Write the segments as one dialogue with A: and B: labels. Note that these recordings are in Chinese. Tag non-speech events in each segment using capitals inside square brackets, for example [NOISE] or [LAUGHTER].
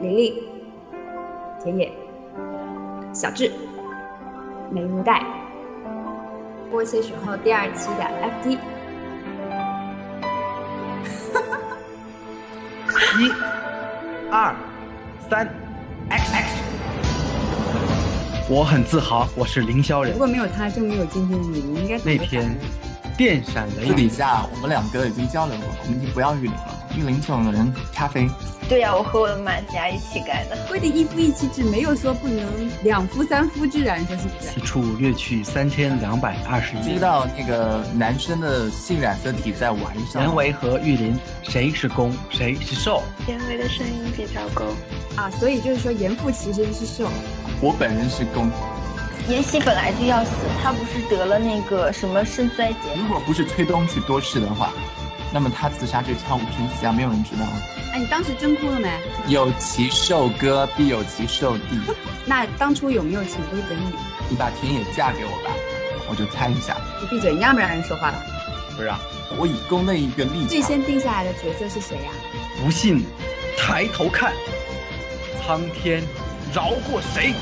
A: 玲玲、田野、小智、美如黛。过些时候，第二期的 FT。
B: 一、二、三，X X。我很自豪，我是凌霄人
C: 如。果没有他，就没有今天你，你应该怎
B: 那
C: 么
B: 篇
C: 办
B: 电闪
D: 私
B: 人
D: 底
B: 影，
D: 下我们两个已经交流过，我们就不要玉林了。玉林这种人，咖啡。
E: 对呀、我和我的马甲一起改的。
C: 规定一夫一妻制，没有说不能两夫三夫制啊，你说是不是？
B: 此处略去三千两百二十
D: 知
B: 一。
D: 道那个男生的性染色体在 Y 上，
B: 人为和玉林，谁是攻，谁是受？
E: 典韦的声音比较高。
C: 啊，所以就是说严父其实是受，
D: 我本人是公。
E: 妍希本来就要死，她不是得了那个什么肾衰竭
D: 如
E: 吗？
D: 果不是崔东去多事的话，那么他自杀这悄无声息啊，没有人知道。
C: 哎，你当时真哭了没？
D: 有其受哥，必有其受弟。
C: 那当初有没有潜规则你？你
D: 你把田野嫁给我吧，我就猜一下。
C: 闭嘴，你让不让人说话了？
B: 不让，
D: 我以公的一个立
A: 最
D: 场，
A: 先定下来的角色是谁啊呀、
B: 不信，抬头看，苍天饶过谁？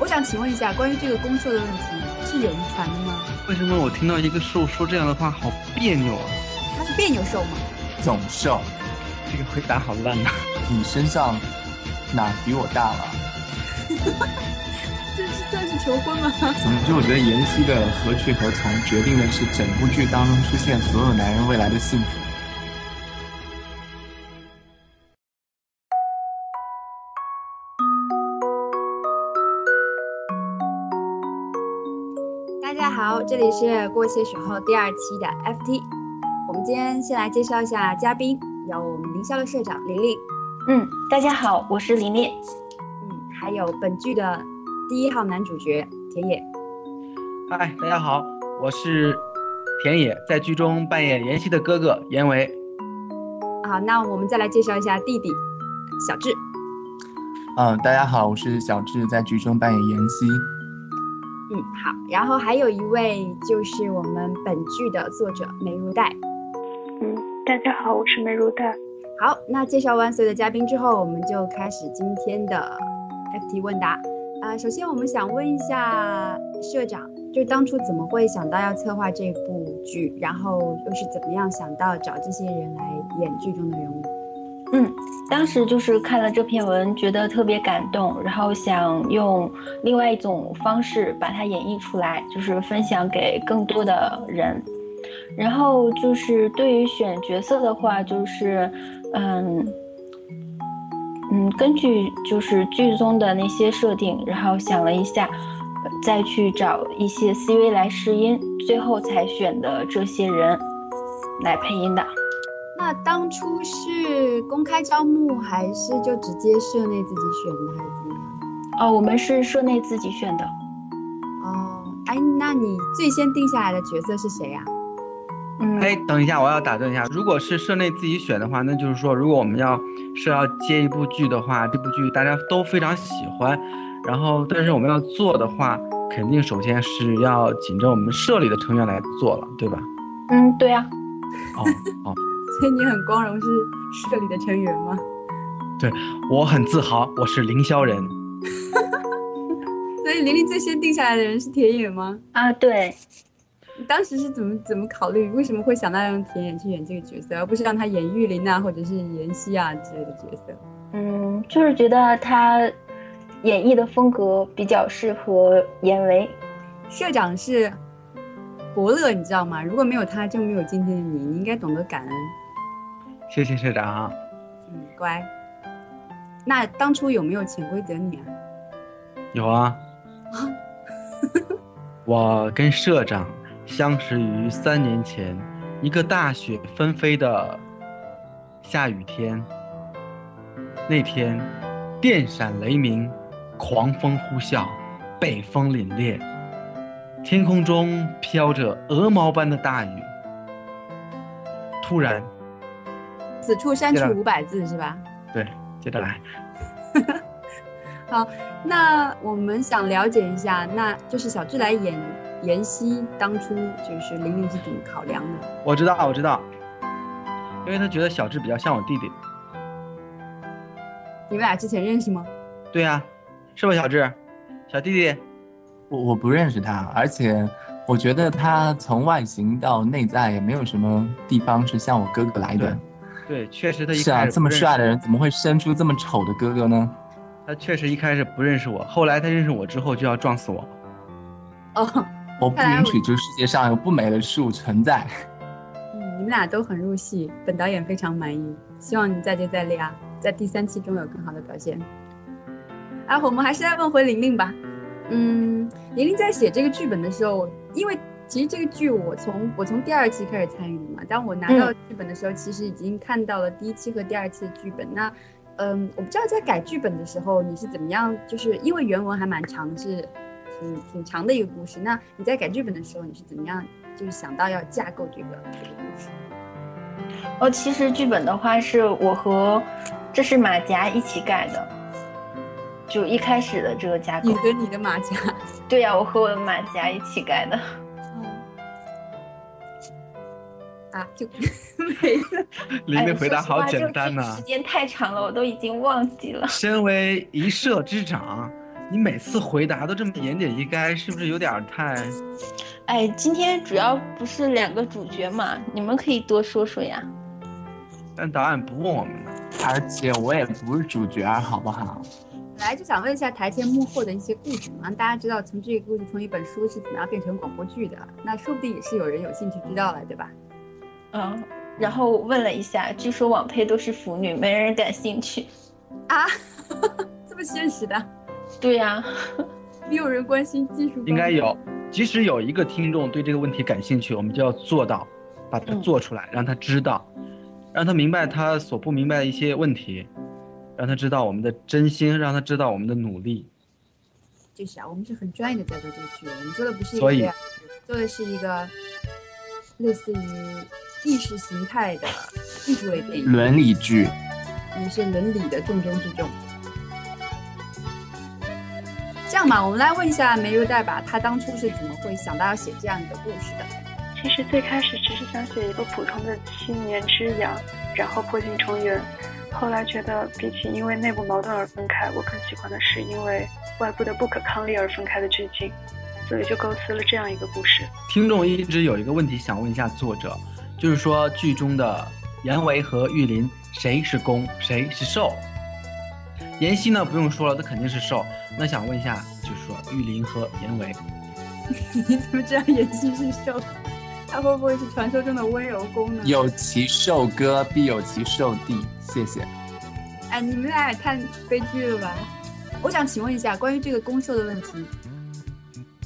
C: 我想请问一下，关于这个攻受的问题，是有遗传的吗？
B: 为什么我听到一个受说这样的话好别扭啊？
C: 他是别扭受吗？
D: 总受。
B: 这个回答好烂啊呐、
D: 你身上哪比我大了？
C: 这是算是求婚吗？
D: 总之，我觉得妍希的何去何从，决定的是整部剧当中出现所有男人未来的幸福。
A: 大家好，这里是过些时候第二期的 FT。我们今天先来介绍一下嘉宾，有我们凌霄的社长玲玲，
E: 嗯，大家好，我是琳琳。
A: 嗯，还有本剧的第一号男主角田野。
B: 嗨，大家好，我是田野，在剧中扮演妍希的哥哥严维。
A: 好，那我们再来介绍一下弟弟小智。
D: 嗯，大家好，我是小智，在剧中扮演妍希。
A: 嗯，好。然后还有一位就是我们本剧的作者梅如黛。
F: 嗯，大家好，我是梅如黛。
A: 好，那介绍完所有的嘉宾之后，我们就开始今天的 FT 问答。呃，首先我们想问一下社长，就是当初怎么会想到要策划这部剧，然后又是怎么样想到找这些人来演剧中的人物？
E: 嗯，当时就是看了这篇文，觉得特别感动，然后想用另外一种方式把它演绎出来，就是分享给更多的人。然后就是对于选角色的话，就是，嗯，嗯，根据就是剧中的那些设定，然后想了一下，呃再去找一些 CV 来试音，最后才选的这些人来配音的。
A: 那当初是公开招募，还是就直接社内自己选的，还是怎么样？
E: 哦，我们是社内自己选的。
A: 哦，哎，那你最先定下来的角色是谁啊呀、
E: 嗯，
B: 哎，等一下，我要打断一下，如果是社内自己选的话，那就是说，如果我们要是要接一部剧的话，这部剧大家都非常喜欢，然后但是我们要做的话，肯定首先是要紧着我们社里的成员来做了，对吧？
E: 嗯，对啊，
B: 哦哦，
C: [LAUGHS] 所以你很光荣是社里的成员吗？
B: 我很自豪，我是凌霄人。
C: 所以玲玲最先定下来的人是田野吗？
E: 啊，对，
C: 你当时是怎么怎么考虑？为什么会想到用田野去演这个角色，而不是让他演玉林啊，或者是妍希啊之类的角色？
E: 嗯，就是觉得他演绎的风格比较适合严维。
C: 社长是伯乐，你知道吗？如果没有他，就没有今天的你。你应该懂得感恩，
B: 谢谢社长。
C: 嗯，乖。那当初有没有潜规则你啊？
B: 有啊， [LAUGHS] 我跟社长相识于三年前，一个大雪纷飞的下雨天。那天，电闪雷鸣，狂风呼啸，北风凛冽，天空中飘着鹅毛般的大雨。突然，
C: 此处删
B: 对
C: 除
B: 啊
C: 五百字是吧？
B: 对，接着来，
C: 那我们想了解一下，那就是小智来演妍希，当初就是玲玲是怎么考量的？
B: 我知道，我知道，因为他觉得小智比较像我弟弟。
C: 你们俩之前认识吗？
B: 对呀、是吧，小智，小弟弟？
D: 我我不认识他，而且我觉得他从外形到内在也没有什么地方是像我哥哥来的。
B: 对，确实他一
D: 是
B: 开
D: 啊，
B: 始
D: 这么
B: 不认识
D: 帅
B: 我
D: 的人怎么会生出这么丑的哥哥呢？
B: 他确实一开始不认识我，后来他认识我之后就要撞死我。
C: 哦，
D: 我不
C: 看来
D: 允
C: 我
D: 许这个世界上有不美的事物存在。
C: 嗯，你们俩都很入戏，本导演非常满意，希望你再接再厉啊，在第三期中有更好的表现。啊，我们还是来问回玲玲吧。嗯，玲玲在写这个剧本的时候，因为其实这个剧我从我从第二期开始参与的嘛，当我拿到剧本的时候，其实已经看到了第一期和第二期的剧本。那嗯，我不知道在改剧本的时候你是怎么样，就是因为原文还蛮长，是挺挺长的一个故事。那你在改剧本的时候，你是怎么样就是想到要架构这个这个故事？
E: 哦，其实剧本的话是我和这是马甲一起改的，就一开始的这个架构
C: 你。和你的马甲，
E: 对呀、我和我的马甲一起改的。
C: 啊，就 [LAUGHS] 没了。
B: 玲
E: 哎
B: 玲回答好简单呐、啊
E: 说实话这个这个时间太长了，我都已经忘记了。
B: 身为一社之长，你每次回答都这么言简意赅，是不是有点儿太……
E: 哎，今天主要不是两个主角嘛，你们可以多说说呀。
B: 但导演不问我们呢？
D: 而且我也不是主角，好不好？
C: 本来就想问一下台前幕后的一些故事嘛，让大家知道从这个故事，从一本书是怎么样变成广播剧的。那说不定也是有人有兴趣知道了，对吧？
E: 嗯，然后问了一下，据说网配都是腐女，没人感兴趣。
C: 啊， [LAUGHS] 这么现实的，
E: 对呀、
C: 没有人关心技术，
B: 应该。有，即使有一个听众对这个问题感兴趣，我们就要做到，把它
E: 嗯
B: 做出来，让他知道，让他明白他所不明白的一些问题，让他知道我们的真心，让他知道我们的努力。
C: 就是啊，我们是很专业的在做这个剧，我们做的不是一
B: 所
C: 个
B: 以
C: 这样的剧，做的是一个类似于意识形态的艺术类电影，
D: 伦理剧，
C: 也是伦理的重中之重。这样吧，我们来问一下梅如黛吧，她当初是怎么会想到要写这样一个故事的？ [LAUGHS]
F: 其实最开始只是想写一个普通的七年之痒，然后破镜重圆。后来觉得，比起因为内部矛盾而分开，我更喜欢的是因为外部的不可抗力而分开的剧情，所以就构思了这样一个故事。
B: 听众一直有一个问题想问一下作者，就是说剧中的严维和玉林谁是攻，谁是受？妍希呢不用说了，她肯定是受。那想问一下，就是说玉林和严维，
C: 你怎么知道妍希是受？她会不会是传说中的温柔宫呢？
D: 有其受哥必有其受弟，谢谢。
C: 哎，你们俩也看悲剧了吧？我想请问一下，关于这个攻受的问题，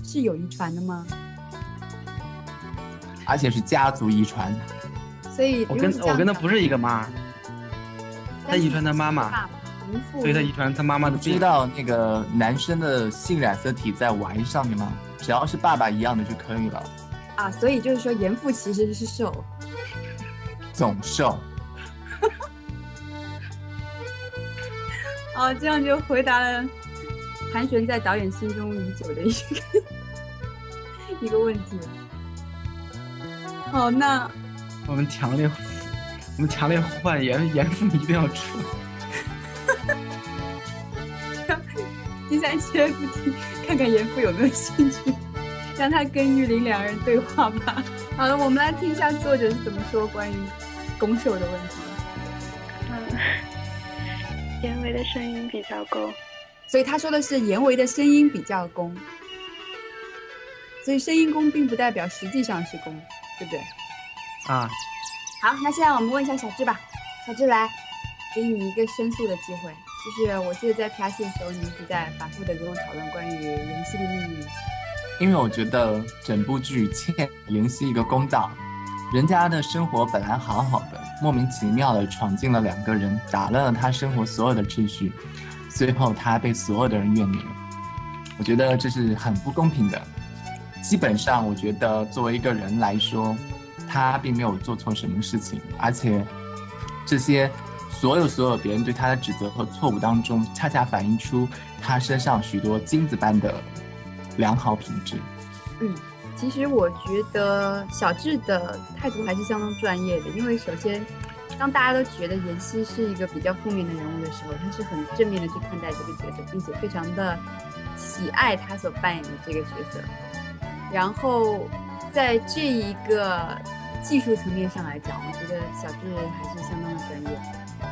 C: 是有遗传的吗？
D: 而且是家族遗传，
C: 所以
B: 我跟我跟她不
C: 是，
B: 是一个妈，她遗传她妈妈，
C: 爸爸同父
B: 所以她遗传她妈妈的病
D: 知。道那个男生的性染色体在 Y 上面吗？只要是爸爸一样的就可以了。
C: 啊，所以就是说严父其实是受。
D: 总受，
C: 哦，这样就回答了盘旋在导演心中已久的一个一个问题。好，那
B: 我们强烈，我们强烈呼唤严严父一定要出。
C: 第三期 FT 看看严父有没有兴趣，让他跟玉林两人对话吧。好了，我们来听一下作者是怎么说关于攻受的问题。
F: 嗯， [LAUGHS] 严嗯维的声音比较高，
C: 所以他说的是严维的声音比较攻，所以声音攻并不代表实际上是攻，对不对？
B: 啊，
C: 好，那现在我们问一下小智吧。小智来，给你一个申诉的机会。就是我记得在 P.S. 的时候，你一直在反复的跟我讨论关于妍希的命运。
D: 因为我觉得整部剧欠妍希一个公道。人家的生活本来好好的，莫名其妙的闯进了两个人，打乱了他生活所有的秩序，最后他被所有的人怨念。我觉得这是很不公平的。基本上，我觉得作为一个人来说，他并没有做错什么事情，而且这些所有所有别人对他的指责和错误当中，恰恰反映出他身上许多金子般的良好品质。
C: 其实我觉得小智的态度还是相当专业的，因为首先当大家都觉得妍希是一个比较负面的人物的时候，她是很正面的去看待这个角色，并且非常的喜爱她所扮演的这个角色。然后在这一个技术层面上来讲，我觉得小智还是相当的专业。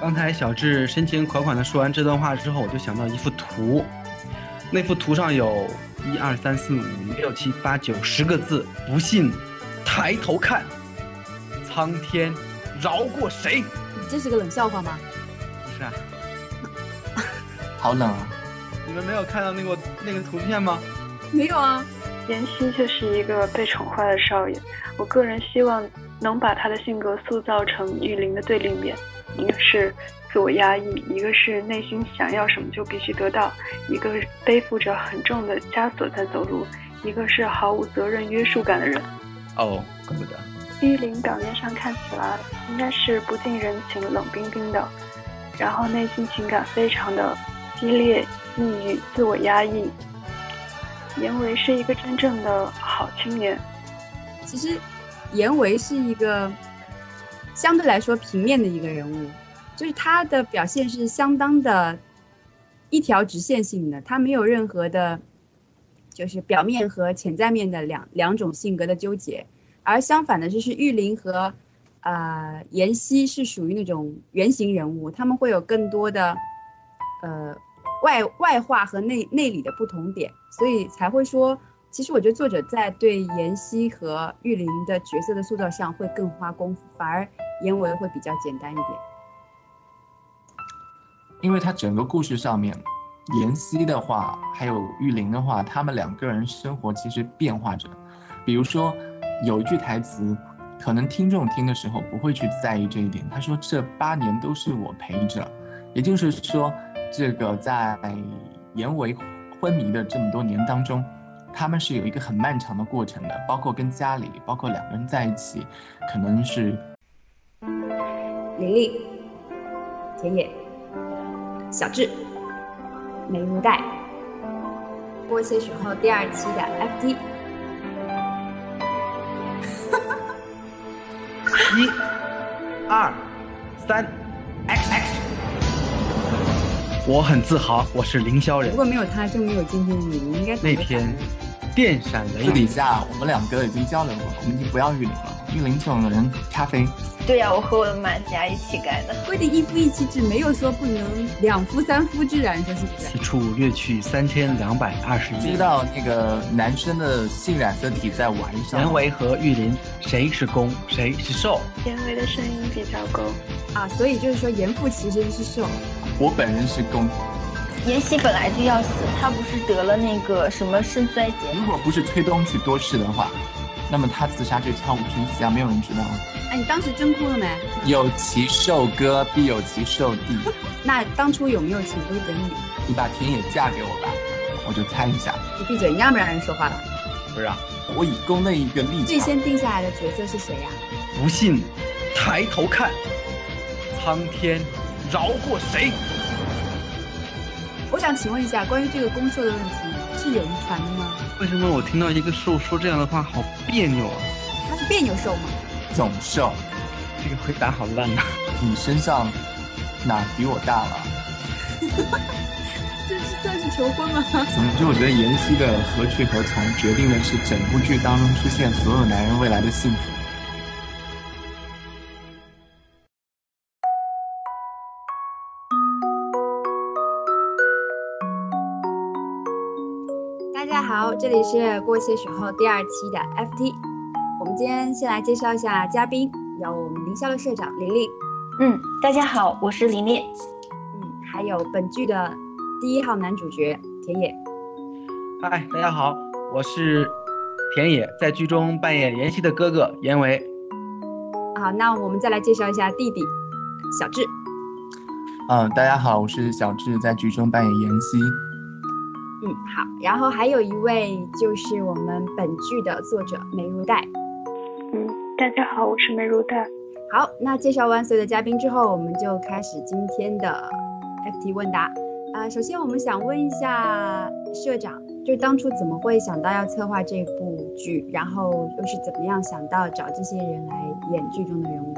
B: 刚才小智深情款款的说完这段话之后，我就想到一幅图，那幅图上有一二三四五六七八九十个字，不信抬头看，苍天饶过谁？
C: 你这是个冷笑话吗？
B: 不是啊，
D: 好冷啊！
B: 你们没有看到那个 [LAUGHS] 那个图片吗？
C: 没有啊，
F: 妍希就是一个被宠坏的少爷，我个人希望能把他的性格塑造成玉林的对立面，一个是自我压抑，一个是内心想要什么就必须得到，一个背负着很重的枷锁在走路，一个是毫无责任约束感的人。
B: 哦，怪不得。
F: 玉林表面上看起来应该是不近人情、冷冰冰的，然后内心情感非常的激烈、抑郁、自我压抑。严维是一个真正的好青年，
C: 其实严维是一个相对来说平面的一个人物，就是他的表现是相当的一条直线性的，他没有任何的，就是表面和潜在面的两两种性格的纠结。而相反的就是玉林和呃妍希是属于那种原型人物，他们会有更多的呃外外化和内内里的不同点，所以才会说，其实我觉得作者在对妍希和玉林的角色的塑造上会更花功夫，反而言维会比较简单一点。
D: 因为他整个故事上面，妍希的话还有玉林的话，他们两个人生活其实变化着，比如说。有一句台词，可能听众听的时候不会去在意这一点。他说：“这八年都是我陪着。”也就是说，这个在严维昏迷的这么多年当中，他们是有一个很漫长的过程的，包括跟家里，包括两个人在一起，可能是
A: 玲玲、田野、小智、美如黛。过些时候，第二期的 FT。
B: 一、二、三，X X。我很自豪，我是凌霄人
C: 如。果没有他，就没有今天的你，你应该怎
B: 那
C: 么
B: 天
C: 办
B: 电闪
D: 私
B: 雷
D: 底
B: 鸣，
D: 下我们两个已经交流过，我们已经不要玉林了。玉林这种人，咖啡。
E: 对呀、我和我的马甲一起改的。
C: 规定一夫一妻制，没有说不能两夫三夫制啊，你说是不是？
B: 此处略去三千两百二十一
D: 知。道那个男生的性染色体在玩上，
B: 人为和玉林，谁是攻，谁是受？
F: 严维的声音比较高，
C: 啊，所以就是说严父其实是受，
D: 我本人是公，
E: 妍希本来就要死，她不是得了那个什么肾衰竭
D: 如果不是崔东去多事的话，那么他自杀这悄无声息啊，没有人知道。
C: 哎，你当时真哭了没？
D: 有其受哥，必有其受弟。
C: 那当初有没有潜规则你？
D: 你把田野嫁给我吧，我就猜一下。
C: 你闭嘴，你让不让人说话了？
B: 不是啊，
D: 我以公的一个立
A: 最
D: 场，
A: 先定下来的角色是谁啊呀、
B: 不信，抬头看，苍天饶过谁？
C: 我想请问一下，关于这个攻受的问题，是有遗传的吗？
B: 为什么我听到一个兽说这样的话好别扭啊？
C: 他是别扭受吗？
D: 总受，
B: 这个回答好烂啊呐、
D: 你身上哪比我大了？
C: 这是算是求 [LAUGHS] 婚吗？
D: 总嗯之，我觉得妍希的何去何从，决定的是整部剧当中出现所有男人未来的幸福。
A: 大家好，这里是过些时候第二期的 FT。我们今天先来介绍一下嘉宾，有我们凌霄的社长玲玲，
E: 嗯，大家好，我是琳琳。
A: 嗯，还有本剧的第一号男主角田野。
B: 嗨，大家好，我是田野，在剧中扮演妍希的哥哥严维。
A: 好，那我们再来介绍一下弟弟小智。
D: 嗯，大家好，我是小智，在剧中扮演妍希。
A: 嗯，好，然后还有一位就是我们本剧的作者梅如黛。
F: 嗯，大家好，我是梅如黛，
A: 好，那介绍完所有的嘉宾之后，我们就开始今天的 FT 问答。啊、首先我们想问一下社长，就是当初怎么会想到要策划这部剧，然后又是怎么样想到找这些人来演剧中的人物？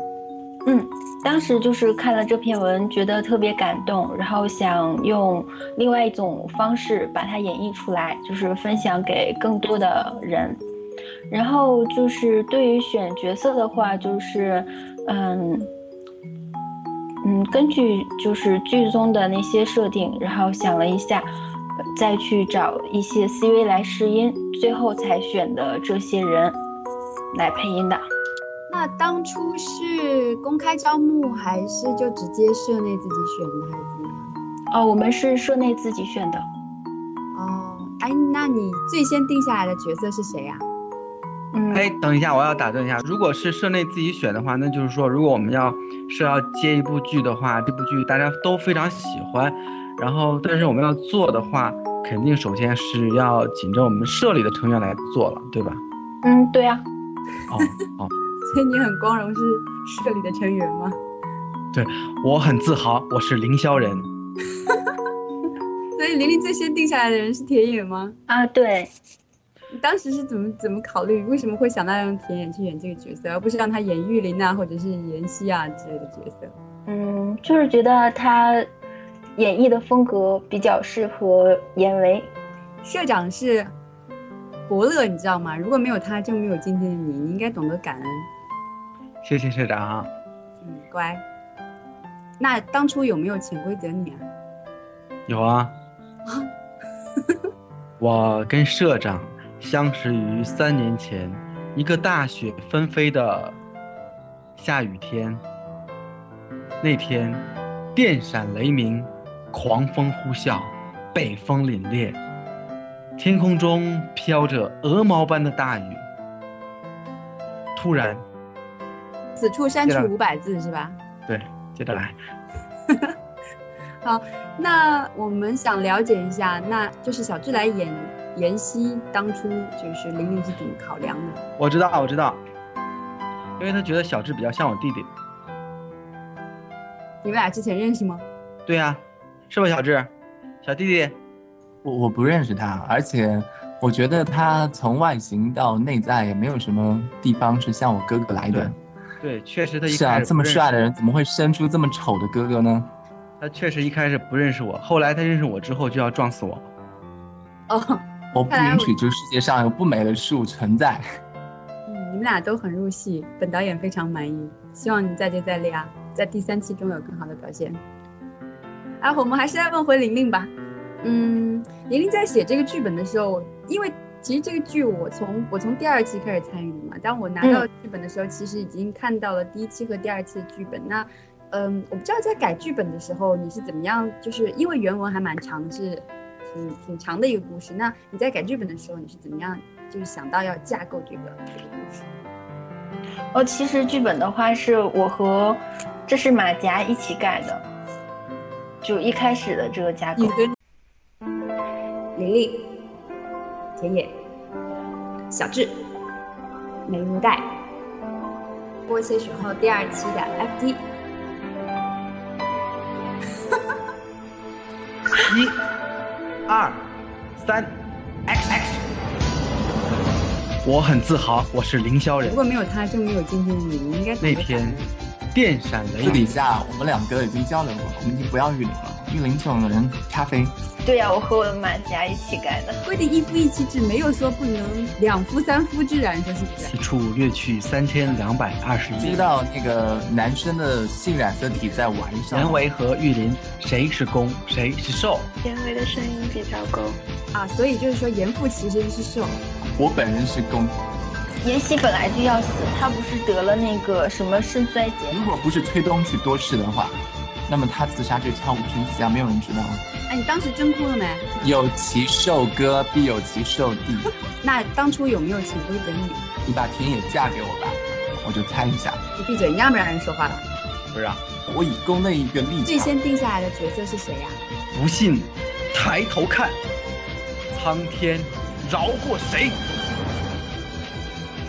E: 当时就是看了这篇文，觉得特别感动，然后想用另外一种方式把它演绎出来，就是分享给更多的人。然后就是对于选角色的话，就是，嗯，嗯，根据就是剧中的那些设定，然后想了一下，呃再去找一些 CV 来试音，最后才选的这些人来配音的。
A: 那当初是公开招募，还是就直接社内自己选的，还是怎么样？
E: 哦，我们是社内自己选的。
A: 哦，哎，那你最先定下来的角色是谁啊呀、
E: 嗯，
B: 哎，等一下，我要打断一下。如果是社内自己选的话，那就是说，如果我们要是要接一部剧的话，这部剧大家都非常喜欢，然后但是我们要做的话，肯定首先是要紧着我们社里的成员来做了，对吧？
E: 嗯，对啊，
B: 哦，
C: [LAUGHS] 所以你很光荣是社里的成员吗？
B: 我很自豪，我是凌霄人。
C: 所以玲玲最先定下来的人是田野吗？
E: 啊，对，
C: 你当时是怎么怎么考虑？为什么会想到让田野去演这个角色，而不是让他演玉林啊，或者是妍希啊之类的角色？
E: 嗯，就是觉得他演绎的风格比较适合严维。
C: 社长是伯乐，你知道吗？如果没有他，就没有今天的你。你应该懂得感恩。
B: 谢谢社长。
C: 嗯，乖。那当初有没有潜规则你啊？
B: 有啊，我跟社长相识于三年前一个大雪纷飞的下雨天。那天，电闪雷鸣，狂风呼啸，北风凛冽，天空中飘着鹅毛般的大雨。突然，
C: 此处删
B: 对
C: 除
B: 啊
C: 五百字是吧？
B: 接着来，
C: 那我们想了解一下，那就是小智来演妍希，当初就是玲玲是怎么考量的？
B: 我知道，我知道，因为他觉得小智比较像我弟弟。
C: 你们俩之前认识吗？
B: 对呀、是吧，小智？小弟弟，
D: 我我不认识他，而且我觉得他从外形到内在也没有什么地方是像我哥哥来的。
B: 对，确实他一
D: 是
B: 开
D: 啊，
B: 始
D: 这么
B: 不认识
D: 帅
B: 我
D: 的人怎么会生出这么丑的哥哥呢？
B: 他确实一开始不认识我，后来他认识我之后就要撞死我。
C: 哦，
D: 我不
C: 看来
D: 允
C: 我
D: 许这个世界上有不美的事物存在。
B: 哎
C: 嗯，你们俩都很入戏，本导演非常满意，希望你再接再厉啊，在第三期中有更好的表现。啊，我们还是来问回玲玲吧。嗯，玲玲在写这个剧本的时候，因为其实这个剧我从我从第二期开始参与的嘛，当我拿到剧本的时候，其实已经看到了第一期和第二期的剧本。那，嗯，我不知道在改剧本的时候你是怎么样，就是因为原文还蛮长，是挺挺长的一个故事。那你在改剧本的时候，你是怎么样，就是想到要架构这个这个故事？
E: 哦，其实剧本的话是我和这是马甲一起改的，就一开始的这个架构。
A: 玲玲、田野、小智、美如黛。播些许后，第二期的 FT。
B: 一、二、三，X X。我很自豪，我是凌霄人
C: 如。果没有他，就没有今天的你。你应该懂得
B: 那天电闪雷
D: 私底
B: 鸣，
D: 下我们两个已经交流过，我们已经不要玉林了。玉林这种人，咖啡。
E: 对呀、我和我的马甲一起改的。
C: 规定一夫一妻制，没有说不能两夫三夫制啊，你说是不是
B: 此？处略去三千两百二十一
D: 知。道那个男生的性染色体在玩上，
B: 人为和玉林，谁是攻，谁是受？
F: 严维的声音比较高，
C: 啊，所以就是说严父其实是受，
D: 我本人是公，
E: 妍希本来就要死，她不是得了那个什么肾衰竭
D: 如
E: 吗？
D: 果不是崔东去多事的话，那么他自杀这悄无声息啊，没有人知道。
C: 哎，你当时真哭了没？
D: 有其受哥，必有其受弟。 [LAUGHS]
C: 那当初有没有潜规则你？
D: 你把田野嫁给我吧，我就猜一下。
C: 你闭嘴，你让不让人说话了？
B: 不是啊，
D: 我以公的一个立
A: 最
D: 场，
A: 先定下来的角色是谁呀、
B: 不信，抬头看，苍天饶过谁？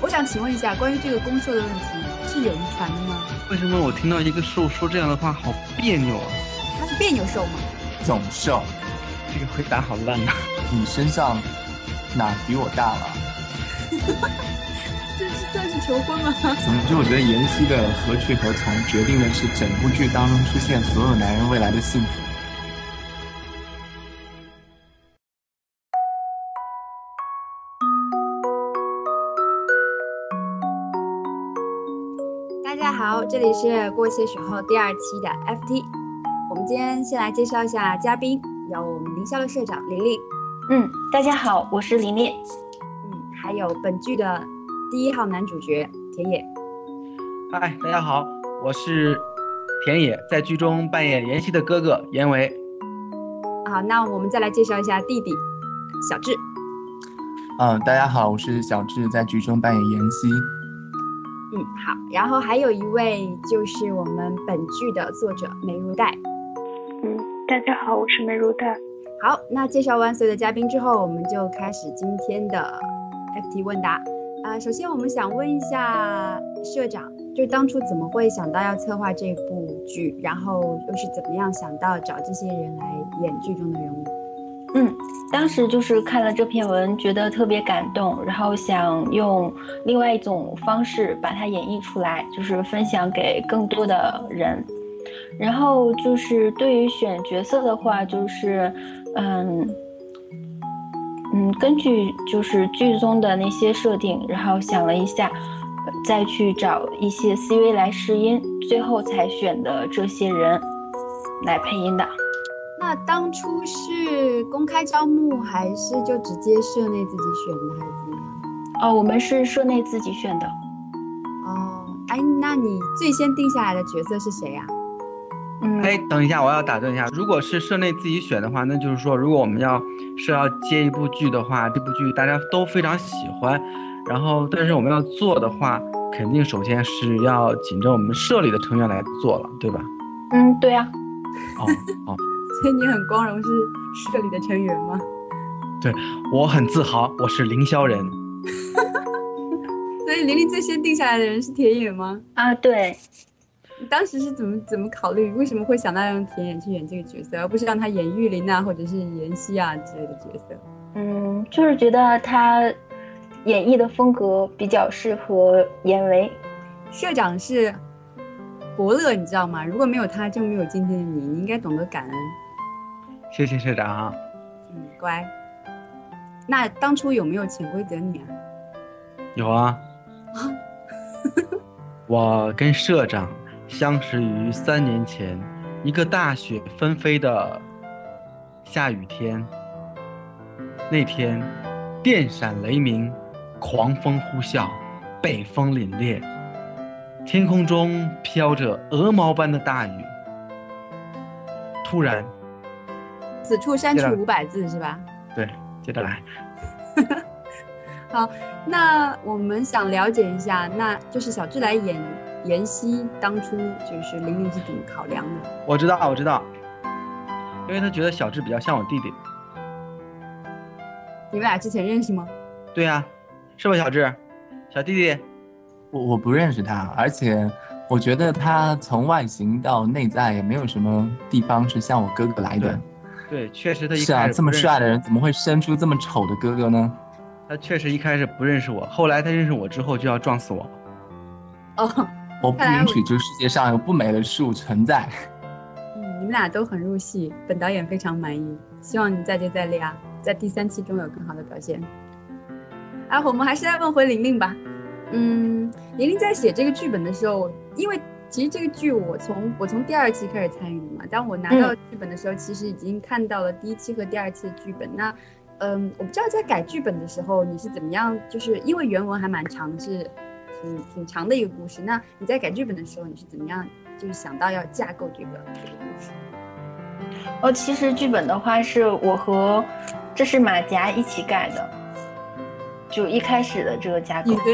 C: 我想请问一下，关于这个攻受的问题，是有遗传的吗？
B: 为什么我听到一个兽说这样的话好别扭啊？
C: 他是别扭受吗？
D: 总受。
B: 这个回答好啊烂呐、
D: 你身上哪儿比我大了？
C: 这是算是求婚吗？
D: 总之，我觉得妍希的何去何从，决定的是整部剧当中出现所有男人未来的幸福。
A: 大家好，这里是过些时候第二期的 FT。我们今天先来介绍一下嘉宾，有我们林校的社长玲玲，
E: 嗯，大家好，我是琳琳。
A: 嗯，还有本剧的第一号男主角田野。
B: [LAUGHS] 嗨，大家好，我是田野，在剧中扮演妍希的哥哥严维。
A: 好，那我们再来介绍一下弟弟小智。
D: 嗯，大家好，我是小智，在剧中扮演妍希。
A: 嗯，好。然后还有一位就是我们本剧的作者梅如黛。
F: 嗯，大家好，我是梅如黛。
A: 好，那介绍完所有的嘉宾之后，我们就开始今天的 FT 问答。啊、首先我们想问一下社长，就是当初怎么会想到要策划这部剧，然后又是怎么样想到找这些人来演剧中的人物？
E: 当时就是看了这篇文，觉得特别感动，然后想用另外一种方式把它演绎出来，就是分享给更多的人。然后就是对于选角色的话，就是嗯嗯，根据就是剧中的那些设定，然后想了一下，呃再去找一些 CV 来试音，最后才选的这些人来配音的。
A: 那当初是公开招募，还是就直接社内自己选的，还是怎么样？
E: 哦，我们是社内自己选的。
A: 哦，哎，那你最先定下来的角色是谁啊呀、
E: 嗯，
B: 哎，等一下，我要打断一下。如果是社内自己选的话，那就是说，如果我们要是要接一部剧的话，这部剧大家都非常喜欢，然后但是我们要做的话，肯定首先是要紧着我们社里的成员来做了，对吧？
E: 嗯，对啊，
B: 哦哦，
C: [LAUGHS] 所以你很光荣是社里的成员吗？
B: 我很自豪，我是凌霄人。
C: 所以玲玲最先定下来的人是田野吗？
E: 啊，对，
C: 你当时是怎么怎么考虑？为什么会想到用田野去演这个角色，而不是让他演玉林啊，或者是妍希啊之类的角色？
E: 嗯，就是觉得他演绎的风格比较适合严维。
C: 社长是伯乐，你知道吗？如果没有他，就没有今天的你。你应该懂得感恩，
B: 谢谢社长啊。
C: 嗯，乖。那当初有没有潜规则你啊？
B: 有啊， [LAUGHS] 我跟社长相识于三年前一个大雪纷飞的下雨天。那天，电闪雷鸣，狂风呼啸，北风凛冽，天空中飘着鹅毛般的大雨。突然，
C: 此处删
B: 对
C: 除
B: 啊
C: 五百字是吧？
B: 接着来，
C: 那我们想了解一下，那就是小智来演妍希，当初就是玲玲是怎么考量的？
B: 我知道，我知道，因为他觉得小智比较像我弟弟。
C: 你们俩之前认识吗？ [LAUGHS]
B: 对呀、是吧，小智？小弟弟，
D: 我我不认识他，而且我觉得他从外形到内在也没有什么地方是像我哥哥来的。
B: 对，确实他一
D: 是
B: 开
D: 啊，
B: 始
D: 这么
B: 不认识
D: 帅的人怎么会生出这么丑的哥哥呢？
B: 他确实一开始不认识我，后来他认识我之后就要撞死我。
C: 哦，
D: 我不
C: 看来
D: 允
C: 我
D: 许这个世界上有不美的事物存在。
C: 嗯，你们俩都很入戏，本导演非常满意，希望你再接再厉啊，在第三期中有更好的表现。啊，我们还是来问回玲玲吧。嗯，玲玲在写这个剧本的时候，因为其实这个剧我从我从第二期开始参与的嘛，当我拿到剧本的时候，其实已经看到了第一期和第二期的剧本。那，嗯，我不知道在改剧本的时候你是怎么样，就是因为原文还蛮长，是挺挺长的一个故事。那你在改剧本的时候，你是怎么样，就是想到要架构这个这个故事？
E: 哦，其实剧本的话是我和这是马甲一起改的，就一开始的这个架构。
C: 你和